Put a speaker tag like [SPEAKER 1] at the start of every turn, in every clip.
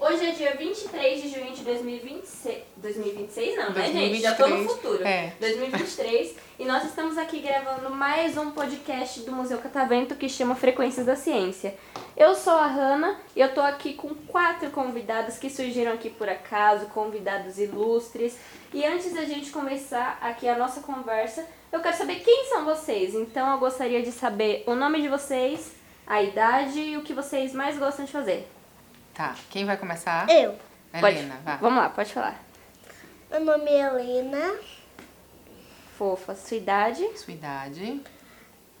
[SPEAKER 1] Hoje é dia 23 de junho de 2026. 2026 não, né, gente? Já tô no
[SPEAKER 2] 2023,
[SPEAKER 1] futuro.
[SPEAKER 2] é.
[SPEAKER 1] 2023. E nós estamos aqui gravando mais um podcast do Museu Catavento que chama Frequências da Ciência. Eu sou a Hanna e eu tô aqui com quatro convidadas que surgiram aqui por acaso, convidados ilustres. E antes da gente começar aqui a nossa conversa, eu quero saber quem são vocês. Então eu gostaria de saber o nome de vocês, a idade e o que vocês mais gostam de fazer.
[SPEAKER 2] Tá, quem vai começar?
[SPEAKER 3] Eu.
[SPEAKER 1] Pode-
[SPEAKER 2] Helena, vai.
[SPEAKER 1] Vamos lá, pode falar.
[SPEAKER 3] Meu nome é Helena,
[SPEAKER 1] Fofa, sua idade.
[SPEAKER 2] Sua idade.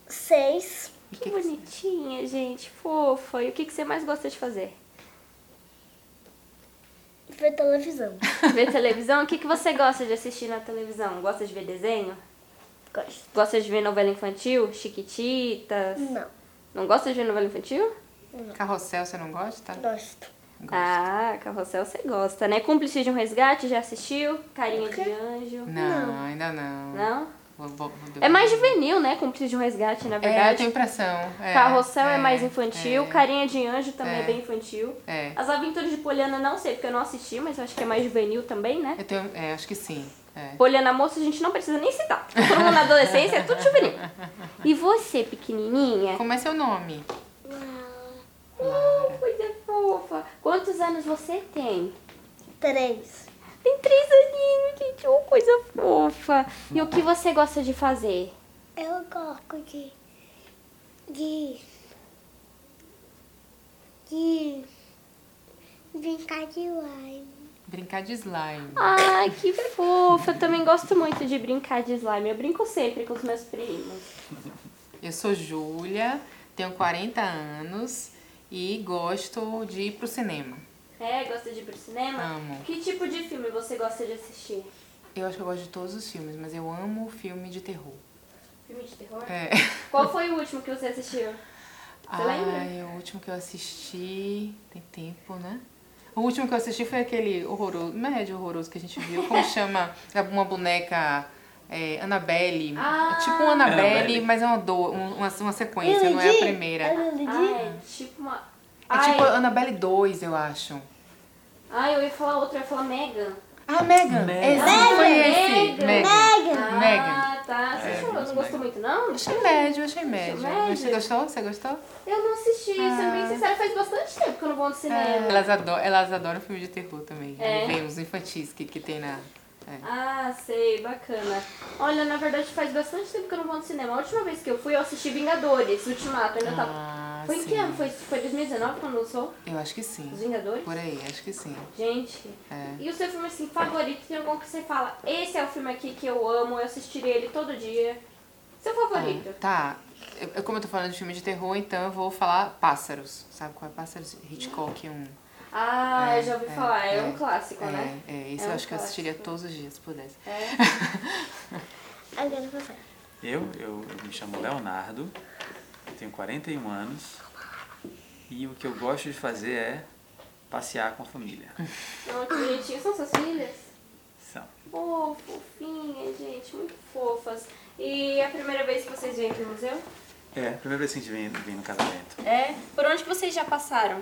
[SPEAKER 3] seis.
[SPEAKER 2] E
[SPEAKER 1] Que
[SPEAKER 2] que-
[SPEAKER 1] bonitinha, gente, fofa. E o que, que você mais gosta de fazer?
[SPEAKER 3] Ver televisão.
[SPEAKER 1] Ver televisão? O que, que você gosta de assistir na televisão? Gosta de ver desenho?
[SPEAKER 3] Gosto.
[SPEAKER 1] Gosta de ver novela infantil? Chiquititas?
[SPEAKER 3] Não.
[SPEAKER 1] Não gosta de ver novela infantil?
[SPEAKER 2] Carrossel, você não gosta?
[SPEAKER 3] Gosto.
[SPEAKER 2] Gosto.
[SPEAKER 1] Ah, Carrossel você gosta, né? Cúmplice de um Resgate, já assistiu? Carinha de Anjo?
[SPEAKER 2] Não, ainda não.
[SPEAKER 1] Não?
[SPEAKER 2] Vou- vou- vou-
[SPEAKER 1] É mais juvenil, né? Cúmplice de um Resgate, na
[SPEAKER 2] É, eu
[SPEAKER 1] verdade.
[SPEAKER 2] tenho impressão. É,
[SPEAKER 1] Carrossel é, mais infantil,
[SPEAKER 2] é,
[SPEAKER 1] Carinha de Anjo também é
[SPEAKER 2] É.
[SPEAKER 1] bem infantil.
[SPEAKER 2] É.
[SPEAKER 1] As Aventuras de Poliana não sei, porque eu não assisti, mas eu acho que é mais juvenil também, né?
[SPEAKER 2] Eu tenho, é, acho que sim. É.
[SPEAKER 1] Poliana Moça a gente não precisa nem citar. porque Todo mundo na adolescência é tudo juvenil. E você, pequenininha?
[SPEAKER 2] Como é seu nome?
[SPEAKER 1] Oh, coisa fofa. Quantos anos você tem?
[SPEAKER 3] Três.
[SPEAKER 1] Tem três aninhos, gente. Oh, coisa fofa. E o que você gosta de fazer?
[SPEAKER 3] Eu gosto de. de. de. brincar de slime.
[SPEAKER 2] Brincar de slime.
[SPEAKER 1] Ai, que fofa. Eu também gosto muito de brincar de slime. Eu brinco sempre com os meus primos.
[SPEAKER 2] Eu sou Júlia, tenho 40 anos e gosto de ir pro cinema.
[SPEAKER 1] É, gosta de ir pro cinema?
[SPEAKER 2] Amo.
[SPEAKER 1] Que tipo de filme você gosta de assistir?
[SPEAKER 2] Eu acho que eu gosto de todos os filmes, mas eu amo filme de terror.
[SPEAKER 1] Filme de terror?
[SPEAKER 2] É.
[SPEAKER 1] Qual foi o último que você assistiu? Você lembra?
[SPEAKER 2] Ai, o último que eu assisti. Tem tempo, né? O último que eu assisti foi aquele horroroso, médio horroroso que a gente viu. Como chama? É Uma boneca. É, Annabelle.
[SPEAKER 1] Ah!
[SPEAKER 2] É tipo um Annabelle,
[SPEAKER 4] Annabelle.
[SPEAKER 2] mas é uma, do, um- uma, uma sequência, não é a primeira.
[SPEAKER 3] É
[SPEAKER 2] É
[SPEAKER 3] Lili?
[SPEAKER 1] Ah, é tipo uma.
[SPEAKER 2] tipo
[SPEAKER 1] Ai,
[SPEAKER 2] Annabelle 2, eu acho.
[SPEAKER 1] ai, eu ia falar outra, eu ia falar Megan.
[SPEAKER 2] Ah, Megan!
[SPEAKER 4] Megan.
[SPEAKER 2] Esse foi esse!
[SPEAKER 1] Megan.
[SPEAKER 2] Megan!
[SPEAKER 3] Megan.
[SPEAKER 1] Ah,
[SPEAKER 2] Megan. É,
[SPEAKER 1] tá. Você achou?
[SPEAKER 4] Megan.
[SPEAKER 1] não gostou muito, não?
[SPEAKER 2] Achei médio, achei médio.
[SPEAKER 1] médio?
[SPEAKER 2] Você gostou? Você gostou?
[SPEAKER 1] Eu não assisti, sendo bem sincera, faz bastante tempo que eu não vou no cinema.
[SPEAKER 2] Elas, adoram, elas adoram filme de terror também.
[SPEAKER 1] É.
[SPEAKER 2] Aí Vem os infantis que, que tem na. é.
[SPEAKER 1] Ah, sei, bacana. Olha, na verdade faz bastante tempo que eu não vou no cinema. A última vez que eu fui, eu assisti Vingadores, Ultimato. Ainda tava.
[SPEAKER 2] Ah,
[SPEAKER 1] Tá. Foi em que
[SPEAKER 2] sim.
[SPEAKER 1] ano? Foi, foi 2019 quando lançou?
[SPEAKER 2] Eu acho que sim.
[SPEAKER 1] Os Vingadores?
[SPEAKER 2] Por aí, acho que sim.
[SPEAKER 1] Gente,
[SPEAKER 2] É.
[SPEAKER 1] e o seu filme assim, favorito? Tem algum que você fala? Esse é o filme aqui que eu amo, eu assistiria ele todo dia. Seu favorito?
[SPEAKER 2] Ah, tá. Eu, eu- como eu tô falando de filme de terror, então eu vou falar Pássaros. Sabe qual é Pássaros? Hitchcock é um.
[SPEAKER 1] Ah,
[SPEAKER 2] É,
[SPEAKER 1] eu já ouvi
[SPEAKER 2] é,
[SPEAKER 1] falar, é,
[SPEAKER 2] é,
[SPEAKER 1] um clássico,
[SPEAKER 2] é,
[SPEAKER 1] né?
[SPEAKER 2] é, esse
[SPEAKER 1] É um
[SPEAKER 2] eu acho que eu assistiria
[SPEAKER 1] clássico.
[SPEAKER 2] todos os dias se pudesse.
[SPEAKER 1] É.
[SPEAKER 3] Agora você.
[SPEAKER 4] Eu, eu, eu me chamo Leonardo, eu tenho 41 anos e o que eu gosto de fazer é passear com a família.
[SPEAKER 1] Não, que bonitinho. São suas filhas?
[SPEAKER 4] São.
[SPEAKER 1] Oh, fofinhas, gente, muito fofas. E é a primeira vez que vocês vêm aqui no museu?
[SPEAKER 4] É, a primeira vez que a gente vem, vem no casamento.
[SPEAKER 1] É. Por onde que vocês já passaram?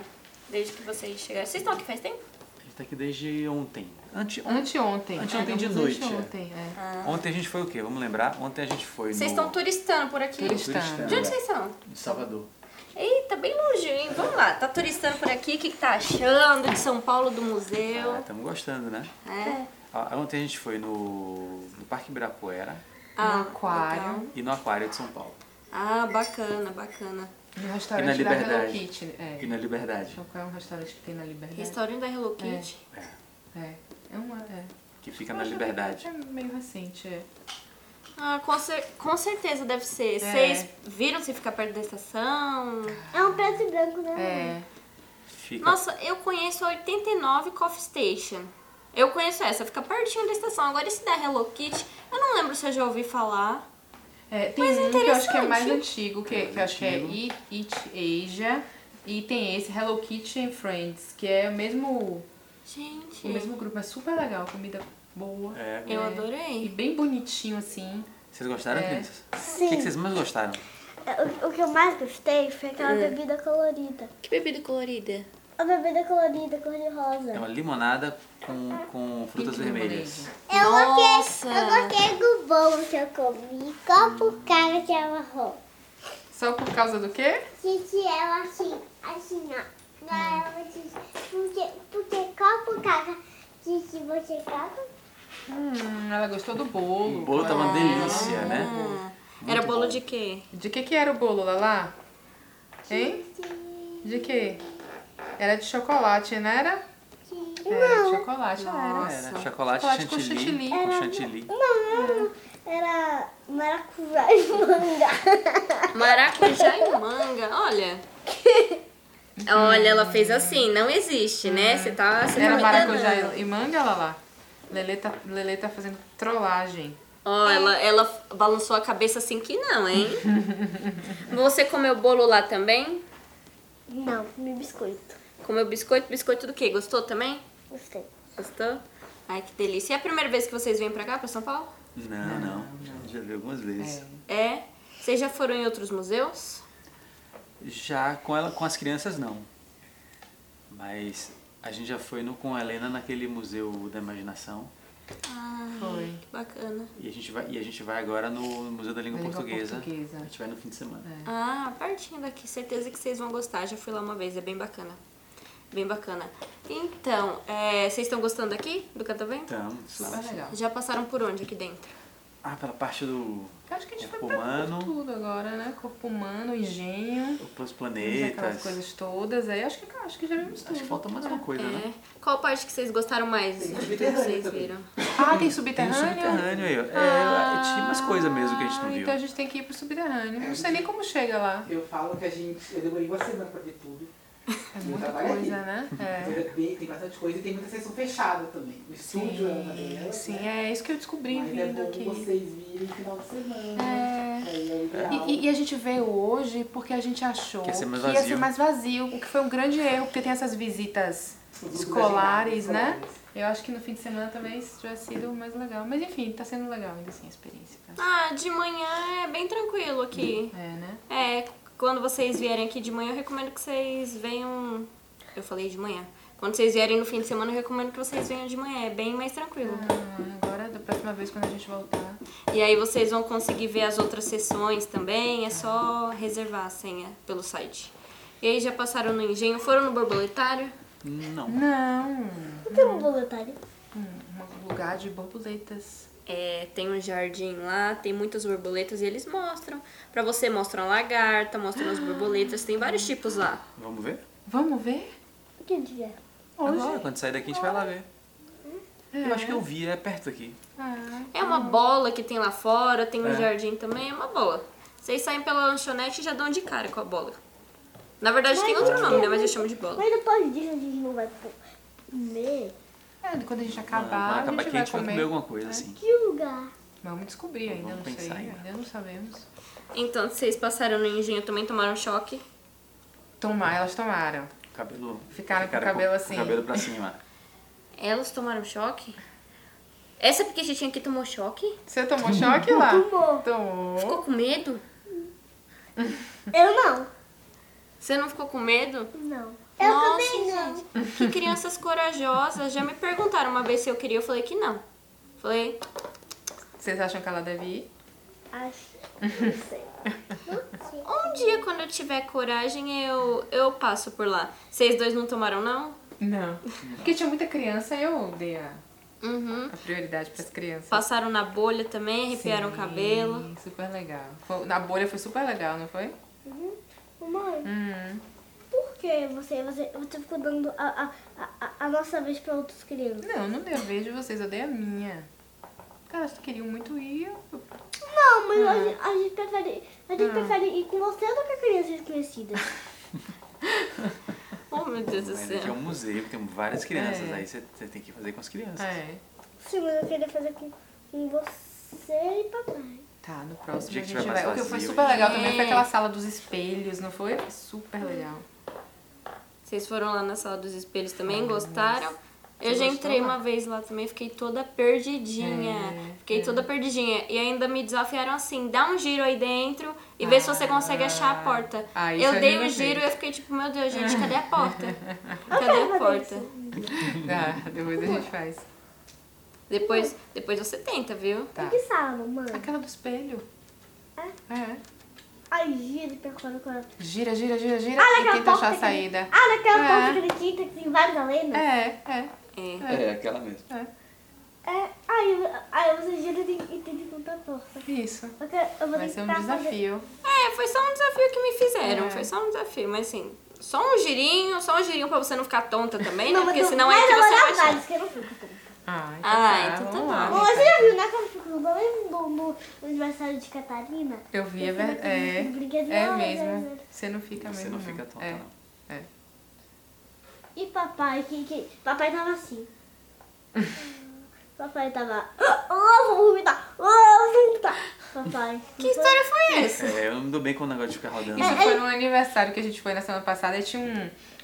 [SPEAKER 1] Desde que vocês chegaram. Vocês estão aqui faz tempo?
[SPEAKER 4] A gente tá aqui desde ontem. Ante, on-
[SPEAKER 2] Anteontem.
[SPEAKER 4] Anteontem de
[SPEAKER 2] Chegamos
[SPEAKER 4] noite, é.
[SPEAKER 2] Anteontem, é.
[SPEAKER 1] Ah.
[SPEAKER 4] Ontem a gente foi o quê? Vamos lembrar? Ontem a gente foi
[SPEAKER 1] Vocês
[SPEAKER 4] no...
[SPEAKER 1] estão turistando por aqui?
[SPEAKER 2] Turistando.
[SPEAKER 1] De onde vocês são?
[SPEAKER 4] De Salvador.
[SPEAKER 1] Eita, bem longe, hein? Vamos lá. Tá turistando por aqui? O que, que tá achando de São Paulo, do museu?
[SPEAKER 4] Estamos gostando, né?
[SPEAKER 1] É.
[SPEAKER 4] Ah, Ontem a gente foi no, no Parque Ibirapuera
[SPEAKER 1] Ah,
[SPEAKER 2] aquário.
[SPEAKER 1] legal.
[SPEAKER 4] e no Aquário de São Paulo.
[SPEAKER 1] Ah, bacana, bacana.
[SPEAKER 2] No
[SPEAKER 4] E na
[SPEAKER 2] restaurante da Hello
[SPEAKER 4] Liberdade.
[SPEAKER 2] Kitty.
[SPEAKER 4] E
[SPEAKER 2] É.
[SPEAKER 4] na Liberdade.
[SPEAKER 2] Qual é um restaurante que tem na Liberdade?
[SPEAKER 1] É. Restaurante da Hello Kitty.
[SPEAKER 4] É,
[SPEAKER 2] É. É uma. É.
[SPEAKER 4] que fica na
[SPEAKER 2] Eu acho
[SPEAKER 4] Liberdade.
[SPEAKER 2] que É meio recente, é.
[SPEAKER 1] Ah, com, cer- com certeza deve ser. Vocês viram se ficar perto da estação?
[SPEAKER 3] É um preto e branco,
[SPEAKER 1] Ah.
[SPEAKER 3] né?
[SPEAKER 2] É.
[SPEAKER 4] Fica
[SPEAKER 1] Nossa, eu conheço a 89 Coffee Station. Eu conheço essa, fica pertinho da estação. Agora esse da Hello Kitty, eu não lembro se eu já ouvi falar.
[SPEAKER 2] É, tem
[SPEAKER 1] Mas é
[SPEAKER 2] um que eu acho que é mais
[SPEAKER 1] interessante.
[SPEAKER 2] antigo, que, que eu acho que é It, It Asia. E tem esse, Hello Kitty and Friends, que é o mesmo O
[SPEAKER 1] Gente,
[SPEAKER 2] mesmo grupo, mas super legal, comida boa.
[SPEAKER 4] É,
[SPEAKER 1] eu
[SPEAKER 2] E
[SPEAKER 1] adorei.
[SPEAKER 2] bem bonitinho assim.
[SPEAKER 4] Vocês gostaram,
[SPEAKER 2] É.
[SPEAKER 4] crianças? O que, que
[SPEAKER 3] Sim.
[SPEAKER 4] vocês mais gostaram?
[SPEAKER 3] É, O, o que eu mais gostei foi aquela bebida colorida.
[SPEAKER 1] Que bebida colorida.
[SPEAKER 3] A bebida colorida, cor de rosa.
[SPEAKER 4] É uma limonada com, com frutas
[SPEAKER 2] Pink
[SPEAKER 4] vermelhas.
[SPEAKER 2] lemonade.
[SPEAKER 3] Eu
[SPEAKER 1] Nossa!
[SPEAKER 3] gostei, eu gostei do bolo que eu comi. Qual por cara que ela rola?
[SPEAKER 2] Só por causa do quê?
[SPEAKER 3] Gente, ela assim, assim, ó. Agora ela diz, porque, porque qual por cara que se você coloca?
[SPEAKER 2] Hum, ela gostou do bolo.
[SPEAKER 4] O bolo tava uma delícia, né?
[SPEAKER 1] Era bolo
[SPEAKER 4] bom.
[SPEAKER 1] de quê?
[SPEAKER 2] De que que era o bolo, Lala? Hein? De que? Era de chocolate, não era? Era de chocolate, era.
[SPEAKER 4] Era chocolate,
[SPEAKER 2] Chocolate com
[SPEAKER 4] chantilly,
[SPEAKER 2] chantilly.
[SPEAKER 4] com chantilly.
[SPEAKER 3] Não, era maracujá e manga.
[SPEAKER 1] Maracujá e manga, olha. Olha, ela fez assim, não existe, né? Você tá, você tá
[SPEAKER 2] Era
[SPEAKER 1] me
[SPEAKER 2] maracujá
[SPEAKER 1] enganando.
[SPEAKER 2] e manga, Lala? Lele tá, Lele tá fazendo trollagem.
[SPEAKER 1] Ó, ela, ela balançou a cabeça assim que não, hein? Você comeu bolo lá também?
[SPEAKER 3] Não, comi biscoito.
[SPEAKER 1] Comeu biscoito? Biscoito do quê? Gostou também?
[SPEAKER 3] Gostei.
[SPEAKER 1] Gostou? Ai, que delícia. E é a primeira vez que vocês vêm pra cá, pra São Paulo?
[SPEAKER 4] Não, não, Já vi algumas vezes.
[SPEAKER 1] É. Vocês já foram em outros museus?
[SPEAKER 4] Já com ela, com as crianças não. Mas a gente já foi no, com a Helena naquele museu da imaginação
[SPEAKER 2] Foi.
[SPEAKER 1] Que bacana.
[SPEAKER 4] e a gente vai e a gente vai agora no museu da língua,
[SPEAKER 2] Língua
[SPEAKER 4] portuguesa.
[SPEAKER 2] Portuguesa. É.
[SPEAKER 4] A gente vai no fim de semana.
[SPEAKER 1] Ah, partindo aqui, certeza que vocês vão gostar. Já fui lá uma vez, é bem bacana. Bem bacana. Então, é, vocês estão gostando aqui do catavento?
[SPEAKER 4] Então,
[SPEAKER 2] Tava é legal.
[SPEAKER 1] Já passaram por onde aqui dentro?
[SPEAKER 4] ah, pela parte do
[SPEAKER 2] Acho que a gente
[SPEAKER 4] Corpo
[SPEAKER 2] foi pra
[SPEAKER 4] humano.
[SPEAKER 2] tudo agora, né? Corpo humano, engenho.
[SPEAKER 4] os
[SPEAKER 2] vimos Aquelas
[SPEAKER 4] planetas.
[SPEAKER 2] coisas todas. Aí acho que, acho que já vimos tudo.
[SPEAKER 4] Acho que falta mais uma coisa, né?
[SPEAKER 1] É. Qual parte que vocês gostaram mais de tudo que vocês viram?
[SPEAKER 2] Ah, tem
[SPEAKER 4] Tem o
[SPEAKER 2] subterrâneo?
[SPEAKER 4] subterrâneo aí. ó. É, tinha umas coisas mesmo que a gente não
[SPEAKER 2] Ah,
[SPEAKER 4] viu.
[SPEAKER 2] Então a gente tem que ir pro subterrâneo. Não sei nem como chega lá.
[SPEAKER 5] Eu falo que a gente. Eu demorei uma semana pra ver tudo.
[SPEAKER 2] É
[SPEAKER 5] Eu
[SPEAKER 2] muita
[SPEAKER 5] trabalho
[SPEAKER 2] coisa,
[SPEAKER 5] aqui.
[SPEAKER 2] né?
[SPEAKER 5] Mas
[SPEAKER 2] É.
[SPEAKER 5] é bem- Tem bastante coisa e tem muita sessão fechada também. O estúdio é uma
[SPEAKER 2] Sim,
[SPEAKER 5] delas.
[SPEAKER 2] sim,
[SPEAKER 5] né?
[SPEAKER 2] é isso que eu descobri
[SPEAKER 5] Mas é
[SPEAKER 2] vindo
[SPEAKER 5] bom
[SPEAKER 2] aqui.
[SPEAKER 5] vocês virem final de semana.
[SPEAKER 2] É.
[SPEAKER 5] Aí é o ideal.
[SPEAKER 2] E, e- e a gente veio hoje porque a gente achou
[SPEAKER 4] Que ia ser mais
[SPEAKER 2] que ia ser
[SPEAKER 4] vazio.
[SPEAKER 2] mais vazio, o que foi um grande erro, porque tem essas visitas escolares,
[SPEAKER 5] é
[SPEAKER 2] né? Eu acho que no fim de semana talvez tivesse sido mais legal. Mas enfim, tá sendo legal ainda assim a experiência. tá?
[SPEAKER 1] Ah, de manhã é bem tranquilo aqui.
[SPEAKER 2] É, né?
[SPEAKER 1] É, quando vocês vierem aqui de manhã, eu recomendo que vocês venham. Eu falei de manhã. Quando vocês vierem no fim de semana, eu recomendo que vocês venham de manhã. É bem mais tranquilo.
[SPEAKER 2] Ah, agora, da próxima vez, quando a gente voltar.
[SPEAKER 1] E aí vocês vão conseguir ver as outras sessões também, é só reservar a senha pelo site. E aí já passaram no engenho, foram no borboletário?
[SPEAKER 2] Hum?
[SPEAKER 4] Não.
[SPEAKER 2] Não!
[SPEAKER 3] Não tem um boletário?
[SPEAKER 2] Um lugar de borboletas.
[SPEAKER 1] É, tem um jardim lá, tem muitas borboletas e eles mostram. Pra você mostram a lagarta, mostram as borboletas, tem vários tipos lá.
[SPEAKER 4] Vamos ver?
[SPEAKER 2] Vamos ver?
[SPEAKER 3] Que dia?
[SPEAKER 4] Agora, quando sair daqui, a gente vai lá ver. Eu acho que eu vi, é perto daqui.
[SPEAKER 2] Ah,
[SPEAKER 1] É uma bola que tem lá fora, tem um
[SPEAKER 4] É.
[SPEAKER 1] jardim também, é uma bola. Vocês saem pela lanchonete e já dão de cara com a bola. Na verdade tem outro nome, né? Mas eu chamo de bola.
[SPEAKER 3] Mas depois disso a gente não vai pô- comer.
[SPEAKER 2] é, quando a gente
[SPEAKER 4] Quando
[SPEAKER 2] acabar, a
[SPEAKER 4] acabar
[SPEAKER 2] gente
[SPEAKER 4] aqui, a
[SPEAKER 2] vai
[SPEAKER 4] gente Ah, vai comer
[SPEAKER 2] comer. É.
[SPEAKER 4] alguma coisa, assim.
[SPEAKER 3] Que lugar?
[SPEAKER 2] Vamos descobrir ainda,
[SPEAKER 4] Vamos
[SPEAKER 2] não sei.
[SPEAKER 4] pensar ainda.
[SPEAKER 2] Ainda não sabemos.
[SPEAKER 1] Então vocês passaram no engenho também, tomaram choque.
[SPEAKER 2] Tomar, elas tomaram.
[SPEAKER 4] Cabelo.
[SPEAKER 2] Ficaram com o cabelo assim.
[SPEAKER 4] O cabelo pra cima.
[SPEAKER 1] Elas tomaram choque? Essa pequenininha aqui tomou choque?
[SPEAKER 2] Você tomou choque lá?
[SPEAKER 3] Tomou.
[SPEAKER 2] Tomou.
[SPEAKER 1] Ficou com medo?
[SPEAKER 3] Eu não.
[SPEAKER 1] Você não ficou com medo?
[SPEAKER 3] Não. Eu
[SPEAKER 1] Nossa,
[SPEAKER 3] também não.
[SPEAKER 1] gente, Que crianças corajosas. Já me perguntaram uma vez se eu queria, eu falei que não. Falei,
[SPEAKER 2] Vocês acham que ela deve ir?
[SPEAKER 3] Acho. Não sei. Não sei.
[SPEAKER 1] um dia quando eu tiver coragem, eu, eu passo por lá. Vocês dois não tomaram, não?
[SPEAKER 2] Não. Porque tinha muita criança e eu dei a,
[SPEAKER 1] Uhum.
[SPEAKER 2] a prioridade pras crianças.
[SPEAKER 1] Passaram na bolha também, arrepiaram o
[SPEAKER 2] Sim,
[SPEAKER 1] cabelo.
[SPEAKER 2] Super legal. Foi- na bolha foi super legal, não foi?
[SPEAKER 3] Mamãe,
[SPEAKER 2] Hum.
[SPEAKER 3] por que você, você, você ficou dando a, a, a, a nossa vez pra outros crianças?
[SPEAKER 2] Não, eu não dei a vez de vocês, eu dei a minha. Porque elas queriam muito ir. eu-
[SPEAKER 3] Não, mas a, gente- a gente, prefere, a gente prefere ir com você do que crianças desconhecidas.
[SPEAKER 1] Oh, meu Deus do
[SPEAKER 4] Mas aqui é
[SPEAKER 1] céu.
[SPEAKER 4] um museu, tem várias crianças.
[SPEAKER 2] É.
[SPEAKER 4] Aí você você tem que fazer com as crianças.
[SPEAKER 2] É.
[SPEAKER 3] Sim, mas eu queria fazer com, com você e papai.
[SPEAKER 2] Tá, no próximo
[SPEAKER 4] Dia
[SPEAKER 2] a
[SPEAKER 4] que
[SPEAKER 2] gente
[SPEAKER 4] tiver
[SPEAKER 2] vai.
[SPEAKER 4] mais
[SPEAKER 2] O que foi
[SPEAKER 4] vazio,
[SPEAKER 2] super
[SPEAKER 4] a gente-
[SPEAKER 2] legal também foi
[SPEAKER 1] É.
[SPEAKER 2] aquela sala dos espelhos, não foi? Super legal.
[SPEAKER 1] Vocês foram lá na sala dos espelhos também, gostaram? Eu já
[SPEAKER 2] gostou
[SPEAKER 1] entrei
[SPEAKER 2] lá?
[SPEAKER 1] uma vez lá também, fiquei toda perdidinha.
[SPEAKER 2] É,
[SPEAKER 1] fiquei
[SPEAKER 2] é.
[SPEAKER 1] toda perdidinha. E ainda me desafiaram assim, dá um giro aí dentro e vê se você consegue achar a porta.
[SPEAKER 2] Ah, isso
[SPEAKER 1] eu
[SPEAKER 2] eu
[SPEAKER 1] dei
[SPEAKER 2] já
[SPEAKER 1] o
[SPEAKER 2] não
[SPEAKER 1] giro
[SPEAKER 2] sei.
[SPEAKER 1] e eu fiquei tipo, meu Deus, gente, cadê a porta? Cadê a porta?
[SPEAKER 2] Tá, depois a gente faz.
[SPEAKER 1] Depois, depois você tenta, viu?
[SPEAKER 2] Tá.
[SPEAKER 3] Que sala, mano?
[SPEAKER 2] Aquela do espelho. É.
[SPEAKER 3] Ai, gira, percorre quando.
[SPEAKER 2] Gira, gira, gira, gira
[SPEAKER 3] Ah,
[SPEAKER 2] e
[SPEAKER 3] naquela
[SPEAKER 2] tenta
[SPEAKER 3] porta.
[SPEAKER 2] achar a
[SPEAKER 3] que-
[SPEAKER 2] saída.
[SPEAKER 3] Ah, naquela
[SPEAKER 2] É.
[SPEAKER 3] porta que acredita que tem vários além.
[SPEAKER 2] É, é.
[SPEAKER 1] É.
[SPEAKER 4] É, aquela mesmo.
[SPEAKER 3] É, aí, aí você gira e tem- e tem que contar a porta.
[SPEAKER 2] Isso.
[SPEAKER 3] Eu quero- eu vou
[SPEAKER 2] Vai ser um
[SPEAKER 3] tentar fazer-
[SPEAKER 2] desafio.
[SPEAKER 1] É, foi só um desafio que me fizeram,
[SPEAKER 2] É.
[SPEAKER 1] foi só um desafio, mas assim, só um girinho, só um girinho pra você não ficar tonta também, né?
[SPEAKER 3] Não, mas
[SPEAKER 1] Porque
[SPEAKER 3] eu-
[SPEAKER 1] senão
[SPEAKER 3] mas
[SPEAKER 1] aí que
[SPEAKER 3] eu vou
[SPEAKER 1] você
[SPEAKER 3] dar
[SPEAKER 1] vai achar.
[SPEAKER 3] vários, que eu não fico tonta.
[SPEAKER 2] Ah,
[SPEAKER 1] Ah,
[SPEAKER 2] então tá,
[SPEAKER 1] então tá
[SPEAKER 2] vamos
[SPEAKER 1] bom.
[SPEAKER 2] lá.
[SPEAKER 3] Bom, Você já viu, né, como fica o balão bombo no aniversário de Catarina?
[SPEAKER 2] Eu vi, é, ver- é,
[SPEAKER 3] Brincadeira,
[SPEAKER 2] é
[SPEAKER 3] mas
[SPEAKER 2] mesmo.
[SPEAKER 3] é-
[SPEAKER 2] Você não fica
[SPEAKER 4] Você
[SPEAKER 2] mesmo.
[SPEAKER 4] não fica tonta,
[SPEAKER 2] é.
[SPEAKER 4] não.
[SPEAKER 3] E papai, que, que, papai tava assim. papai tava. Oh, vou vomitar! Oh, vou vomitar! Papai.
[SPEAKER 1] Que história foi essa?
[SPEAKER 4] É, eu não me dou bem com o negócio de ficar rodando.
[SPEAKER 2] Isso foi no aniversário que a gente foi na semana passada e tinha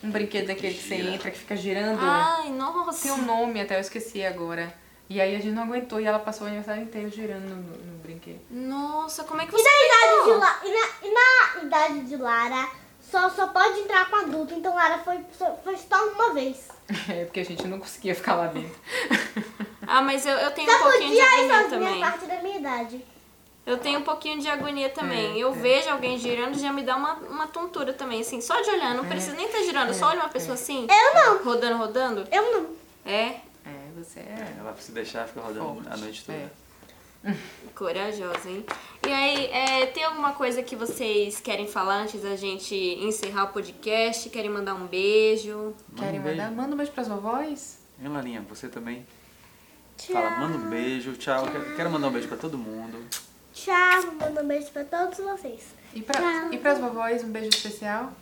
[SPEAKER 2] um, um brinquedo daquele que você
[SPEAKER 4] Gira.
[SPEAKER 2] entra, que fica girando.
[SPEAKER 1] Ai,
[SPEAKER 2] Tem um
[SPEAKER 1] nossa.
[SPEAKER 2] nome até, eu esqueci agora. E aí a gente não aguentou e ela passou o aniversário inteiro girando no, no brinquedo.
[SPEAKER 1] Nossa, como é que
[SPEAKER 3] E
[SPEAKER 1] você.
[SPEAKER 3] na idade de La- e na, e na idade de Lara, só, só pode entrar com adulto. Então Lara foi, só- foi só uma vez.
[SPEAKER 2] É, porque a gente não conseguia ficar lá dentro.
[SPEAKER 1] Ah, mas eu, eu tenho um
[SPEAKER 3] Só
[SPEAKER 1] pouquinho de
[SPEAKER 3] podia ir
[SPEAKER 1] agonia
[SPEAKER 3] sozinha é
[SPEAKER 1] também.
[SPEAKER 3] parte da minha idade.
[SPEAKER 1] Eu tenho um pouquinho de agonia também.
[SPEAKER 2] É,
[SPEAKER 1] eu
[SPEAKER 2] é.
[SPEAKER 1] vejo alguém girando já me dá uma, uma tontura também, assim, só de olhar. Não
[SPEAKER 2] É,
[SPEAKER 1] precisa nem estar girando, só olha uma pessoa assim. Eu não. Rodando, rodando.
[SPEAKER 3] Eu não.
[SPEAKER 1] É,
[SPEAKER 2] É, você é.
[SPEAKER 4] Ela se deixar fica rodando
[SPEAKER 2] Forte.
[SPEAKER 4] a noite toda.
[SPEAKER 2] É.
[SPEAKER 1] corajosa, hein? E aí, é, tem alguma coisa que vocês querem falar antes da gente encerrar o podcast? Querem mandar um beijo?
[SPEAKER 4] Manda
[SPEAKER 2] Querem
[SPEAKER 4] um
[SPEAKER 2] mandar?
[SPEAKER 4] beijo.
[SPEAKER 2] Manda um beijo pras vovós.
[SPEAKER 4] Hein, Larinha, você também? Fala, manda um beijo, tchau. Quero- Quero mandar um beijo pra todo mundo.
[SPEAKER 3] Tchau, mando um beijo pra todos vocês.
[SPEAKER 2] E, pra, e pras vovós, um beijo especial.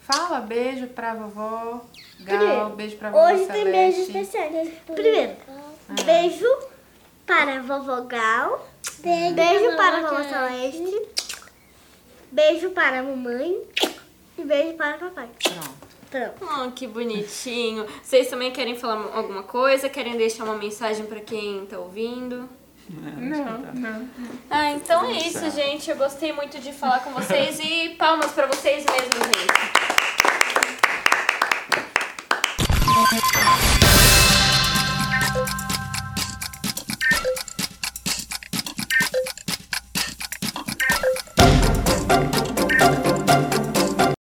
[SPEAKER 2] Fala beijo pra vovó. Gal,
[SPEAKER 3] Primeiro,
[SPEAKER 2] beijo pra vovó.
[SPEAKER 3] Hoje tem beijos
[SPEAKER 2] Celeste.
[SPEAKER 3] especiais. Primeiro, beijo para a vovó Gal. Beijo, para a vovó Celeste. Beijo para a mamãe. E beijo para o papai.
[SPEAKER 2] Pronto.
[SPEAKER 3] Pronto.
[SPEAKER 1] Oh, que bonitinho. Vocês também querem falar alguma coisa? Querem deixar uma mensagem pra quem tá ouvindo?
[SPEAKER 2] Não, não.
[SPEAKER 1] Ah, então é isso, gente. Eu gostei muito de falar com vocês e palmas pra vocês mesmos, gente.